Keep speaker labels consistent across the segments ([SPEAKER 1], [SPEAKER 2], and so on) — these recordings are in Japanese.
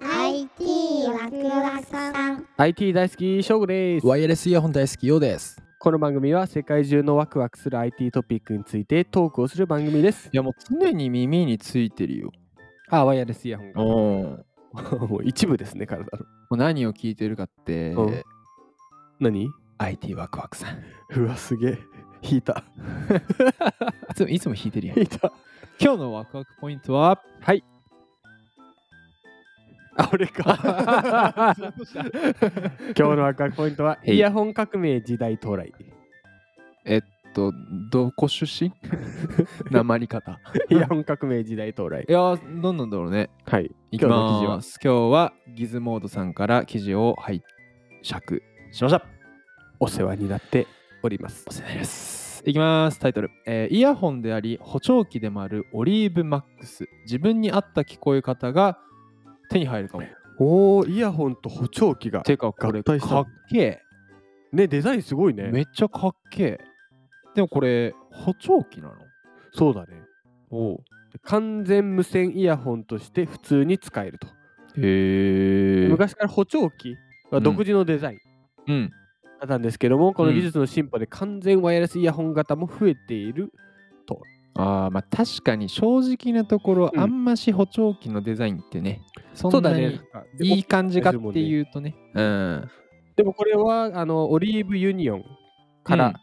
[SPEAKER 1] IT ワクワクさん
[SPEAKER 2] IT 大好きショーゴです
[SPEAKER 3] ワイヤレスイヤホン大好きようです。
[SPEAKER 2] この番組は世界中のワクワクする IT トピックについてトークをする番組です
[SPEAKER 3] いやもう常に耳についてるよ。
[SPEAKER 2] あワイヤレスイヤホン
[SPEAKER 3] うん。
[SPEAKER 2] が
[SPEAKER 3] も
[SPEAKER 2] もう一部ですね体の
[SPEAKER 3] う何を聞いてるかっ て、
[SPEAKER 2] うん何
[SPEAKER 3] IT ワクワクさん。
[SPEAKER 2] うわすげえ引いた
[SPEAKER 3] いつもいつも弾いてるよ。
[SPEAKER 2] 引い た
[SPEAKER 3] 今日のワクワクポイントは、
[SPEAKER 2] あ俺 か今日のワクワクポイントは
[SPEAKER 3] へい
[SPEAKER 2] イヤホン革命時代到 来
[SPEAKER 3] えっと、どこ出 身なまり方。
[SPEAKER 2] イヤホン革命時代到来
[SPEAKER 3] いやー、どんなんだろうね。
[SPEAKER 2] はい
[SPEAKER 3] いき
[SPEAKER 2] 今日の記事は
[SPEAKER 3] ます。今日はギズモードさんから記事を拝借しました。
[SPEAKER 2] お世話になっております
[SPEAKER 3] お世話になります。いきます、タイトル、えーイヤホンであり、補聴器でもあるオリーブマックス。自分に合った聞こえ方が手に入るかも。
[SPEAKER 2] おおイヤホンと補聴器が
[SPEAKER 3] てか、これ
[SPEAKER 2] 合
[SPEAKER 3] か
[SPEAKER 2] 体した
[SPEAKER 3] っけ
[SPEAKER 2] ねデザインすごい
[SPEAKER 3] え、
[SPEAKER 2] ね
[SPEAKER 3] めっちゃかっけえ。でもこれ、補聴器なの
[SPEAKER 2] そうだね
[SPEAKER 3] お
[SPEAKER 2] 完全無線イヤホンとして普通に使えると、
[SPEAKER 3] へえ。
[SPEAKER 2] 昔から補聴器は独自のデザイン
[SPEAKER 3] うん。
[SPEAKER 2] だったんですけども、この
[SPEAKER 3] うん
[SPEAKER 2] 技術の進歩で完全ワイヤレスイヤホン型も増えている、
[SPEAKER 3] ああ、まあ確かに正直なところ、
[SPEAKER 2] うん
[SPEAKER 3] あんまし補聴器のデザインってね、そ
[SPEAKER 2] そうんだ
[SPEAKER 3] な
[SPEAKER 2] ね
[SPEAKER 3] にいい感じかっ
[SPEAKER 2] でも
[SPEAKER 3] ていうとね。うん。
[SPEAKER 2] でもこれはあのオリーブユニオンから、
[SPEAKER 3] うん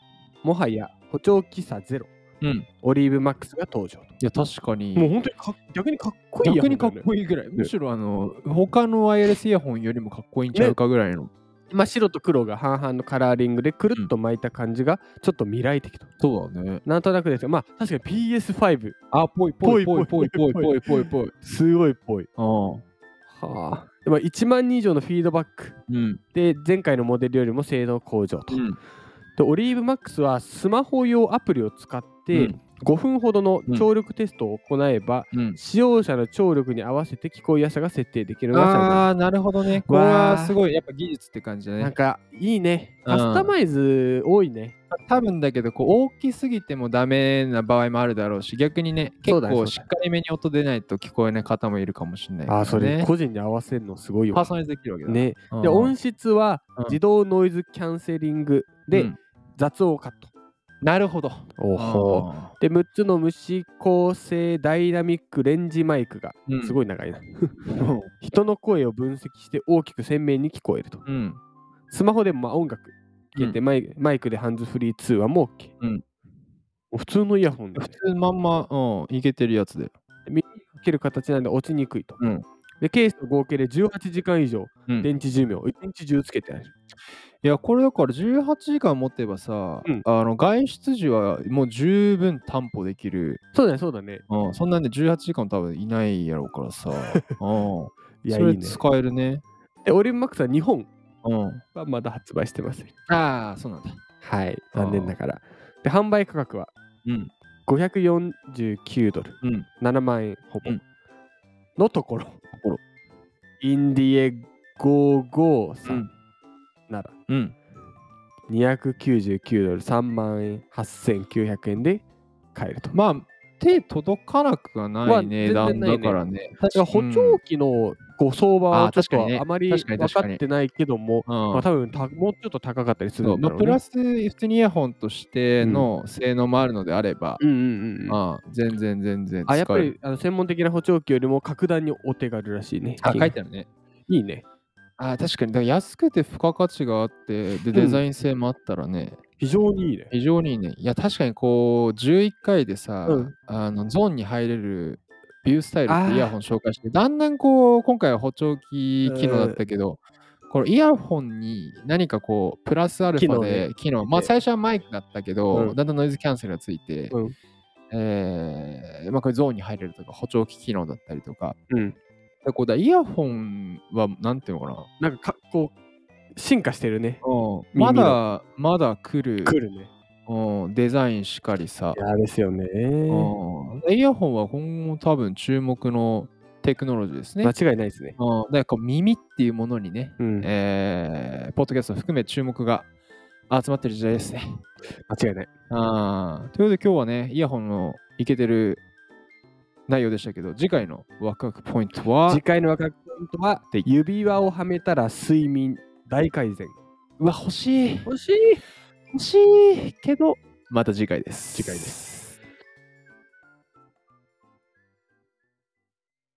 [SPEAKER 2] もはや補聴器差ゼロ
[SPEAKER 3] うん。い
[SPEAKER 2] オリーブマックスが登場と
[SPEAKER 3] や、確かに。
[SPEAKER 2] もう本当にか逆にかっこいいイヤホ
[SPEAKER 3] 逆
[SPEAKER 2] ン
[SPEAKER 3] に
[SPEAKER 2] だ
[SPEAKER 3] か
[SPEAKER 2] よ
[SPEAKER 3] っ
[SPEAKER 2] ね
[SPEAKER 3] こいいぐらい。むしろあの、他のワイヤレスイヤホンよりもかっこいいんちゃうかぐらいの。
[SPEAKER 2] まあ、白と黒が半々のカラーリングでくるっと巻いた感じがちょっと未来的と、
[SPEAKER 3] そうだね。
[SPEAKER 2] なんとなくですよまあ確かに PS5
[SPEAKER 3] あ、ぽいぽいぽいぽいぽいぽいぽいぽい。
[SPEAKER 2] すごいっぽい
[SPEAKER 3] あ
[SPEAKER 2] はあ、まあ、1万人以上のフィードバック
[SPEAKER 3] うん。
[SPEAKER 2] で前回のモデルよりも性能向上と、でオリーブマックスはスマホ用アプリを使って
[SPEAKER 3] うん
[SPEAKER 2] 5分ほどの聴力テストを行えば、
[SPEAKER 3] うん。
[SPEAKER 2] 使用者の聴力に合わせて聞こえやすさが設定できるのが最大
[SPEAKER 3] ああ、なるほどね。これはすごい、やっぱ技術って感じだ
[SPEAKER 2] なん
[SPEAKER 3] ね。
[SPEAKER 2] かいいね
[SPEAKER 3] うん
[SPEAKER 2] カスタマイズ多いね、
[SPEAKER 3] 多分だけど、こう大きすぎてもダメな場合もあるだろうし、逆にね、
[SPEAKER 2] そう
[SPEAKER 3] 結
[SPEAKER 2] だねそう
[SPEAKER 3] 構
[SPEAKER 2] だ
[SPEAKER 3] しっかりめに音出ないと聞こえない方もいるかもしれないから、ね。
[SPEAKER 2] ああそれ個人に合わせるのすごいよ
[SPEAKER 3] パーソナリズできるわけだ。
[SPEAKER 2] ね
[SPEAKER 3] うん。
[SPEAKER 2] で音質は
[SPEAKER 3] うん
[SPEAKER 2] 自動ノイズキャンセリングで、
[SPEAKER 3] うん
[SPEAKER 2] 雑音カット
[SPEAKER 3] なるほど。
[SPEAKER 2] お
[SPEAKER 3] あ
[SPEAKER 2] で6つの無指向性ダイナミックレンジマイクが
[SPEAKER 3] ーうん
[SPEAKER 2] すごい長いな、 人の声を分析して大きく鮮明に聞こえると
[SPEAKER 3] うん。
[SPEAKER 2] スマホでもまあ音楽聞いて、マイマイクでハンズフリー通話も OK、
[SPEAKER 3] うん
[SPEAKER 2] もう普通のイヤホンで
[SPEAKER 3] 普
[SPEAKER 2] か
[SPEAKER 3] 通まんま、うん、いけてるやつで。
[SPEAKER 2] ける形なんで落ちにくいと、
[SPEAKER 3] うん
[SPEAKER 2] でケースと合計で18時間以上
[SPEAKER 3] うん
[SPEAKER 2] 電池寿命1日中つけてある
[SPEAKER 3] いや、これだから18時間持てばさ、
[SPEAKER 2] うん
[SPEAKER 3] あの外出時はもう十分担保できる。
[SPEAKER 2] そうだねそうだね
[SPEAKER 3] うん、そんなんで18時間多分いないやろうか らさ。う
[SPEAKER 2] い
[SPEAKER 3] ん、
[SPEAKER 2] や
[SPEAKER 3] そ
[SPEAKER 2] いい
[SPEAKER 3] れ
[SPEAKER 2] ね
[SPEAKER 3] 使えるね。
[SPEAKER 2] でオリンマックスは日本
[SPEAKER 3] うん、
[SPEAKER 2] はまだ発売してません
[SPEAKER 3] ああ、そうなんだ。
[SPEAKER 2] はい残念ながらで販売価格は
[SPEAKER 3] うん。
[SPEAKER 2] 549ドル、
[SPEAKER 3] うん
[SPEAKER 2] 7万円ほぼ、
[SPEAKER 3] うん
[SPEAKER 2] のところ
[SPEAKER 3] ころ
[SPEAKER 2] インディエ553、
[SPEAKER 3] うん
[SPEAKER 2] なら
[SPEAKER 3] うん。
[SPEAKER 2] 299ドル3万円8900円で買えると、
[SPEAKER 3] まあ、手届かなくはない値
[SPEAKER 2] まあ全然
[SPEAKER 3] 段
[SPEAKER 2] ないね
[SPEAKER 3] だからね。
[SPEAKER 2] だから補聴器のご相場
[SPEAKER 3] あ
[SPEAKER 2] は
[SPEAKER 3] ー
[SPEAKER 2] ちょっ
[SPEAKER 3] 確かにね
[SPEAKER 2] とあまり
[SPEAKER 3] 確か
[SPEAKER 2] 分
[SPEAKER 3] に
[SPEAKER 2] か
[SPEAKER 3] 確かに
[SPEAKER 2] ってないけども、
[SPEAKER 3] うん。
[SPEAKER 2] まあ、多分たもうちょっと高かったりす
[SPEAKER 3] そ
[SPEAKER 2] る
[SPEAKER 3] うん
[SPEAKER 2] だ
[SPEAKER 3] まあ
[SPEAKER 2] ろう
[SPEAKER 3] プ
[SPEAKER 2] ね
[SPEAKER 3] ラ。ス、普通にイヤホンとしての性能もあるのであれば、
[SPEAKER 2] うんうんうんうん
[SPEAKER 3] ああ全然全然使
[SPEAKER 2] あ
[SPEAKER 3] え
[SPEAKER 2] や
[SPEAKER 3] る
[SPEAKER 2] っぱりあの専門的な補聴器よりも格段にお手軽らしいね。
[SPEAKER 3] あ、書い
[SPEAKER 2] て
[SPEAKER 3] てあるね。
[SPEAKER 2] いいね。
[SPEAKER 3] あー確かにだから安くて付加価値があってでデザイン性もあったらね、
[SPEAKER 2] 非常にいいね。
[SPEAKER 3] 非常にいいねいや確かにこう11回でさ、
[SPEAKER 2] うん
[SPEAKER 3] あのゾーンに入れるビュースタイル
[SPEAKER 2] あ
[SPEAKER 3] っ
[SPEAKER 2] ー
[SPEAKER 3] てイヤホン紹介してだんだんこう今回は補聴器機能だったけど、これイヤホンに何かこうプラスアルファで機能,、まあ最初はマイクだったけど、
[SPEAKER 2] うん
[SPEAKER 3] だんだんノイズキャンセルがついて、
[SPEAKER 2] うん
[SPEAKER 3] えーまあ、これゾーンに入れるとか補聴器機能だったりとか
[SPEAKER 2] うん。
[SPEAKER 3] だからこうだイヤホンはなんていうのか
[SPEAKER 2] な
[SPEAKER 3] な
[SPEAKER 2] んかかこう進化してるね。
[SPEAKER 3] うんま
[SPEAKER 2] 耳
[SPEAKER 3] だまだ来る
[SPEAKER 2] 来るね。
[SPEAKER 3] うんデザインしかりさ
[SPEAKER 2] い、やですよね。
[SPEAKER 3] うんイヤホンは今後多分注目のテクノロジーですね。
[SPEAKER 2] 間違いないですね。
[SPEAKER 3] うんだからこう耳っていうものにね、
[SPEAKER 2] うん。間
[SPEAKER 3] えーポッドキャスト含め注目が集まってる時代ですね。
[SPEAKER 2] 違いない。
[SPEAKER 3] うんということで今日はね、イヤホンのいけてる内容でしたけど、次回のワクワクポイントは
[SPEAKER 2] 次回のワクワクポイントは指輪をはめたら睡眠大改善。
[SPEAKER 3] うわ、欲しい。
[SPEAKER 2] 欲しい
[SPEAKER 3] 欲しいけど、また次回です。
[SPEAKER 2] 次回です。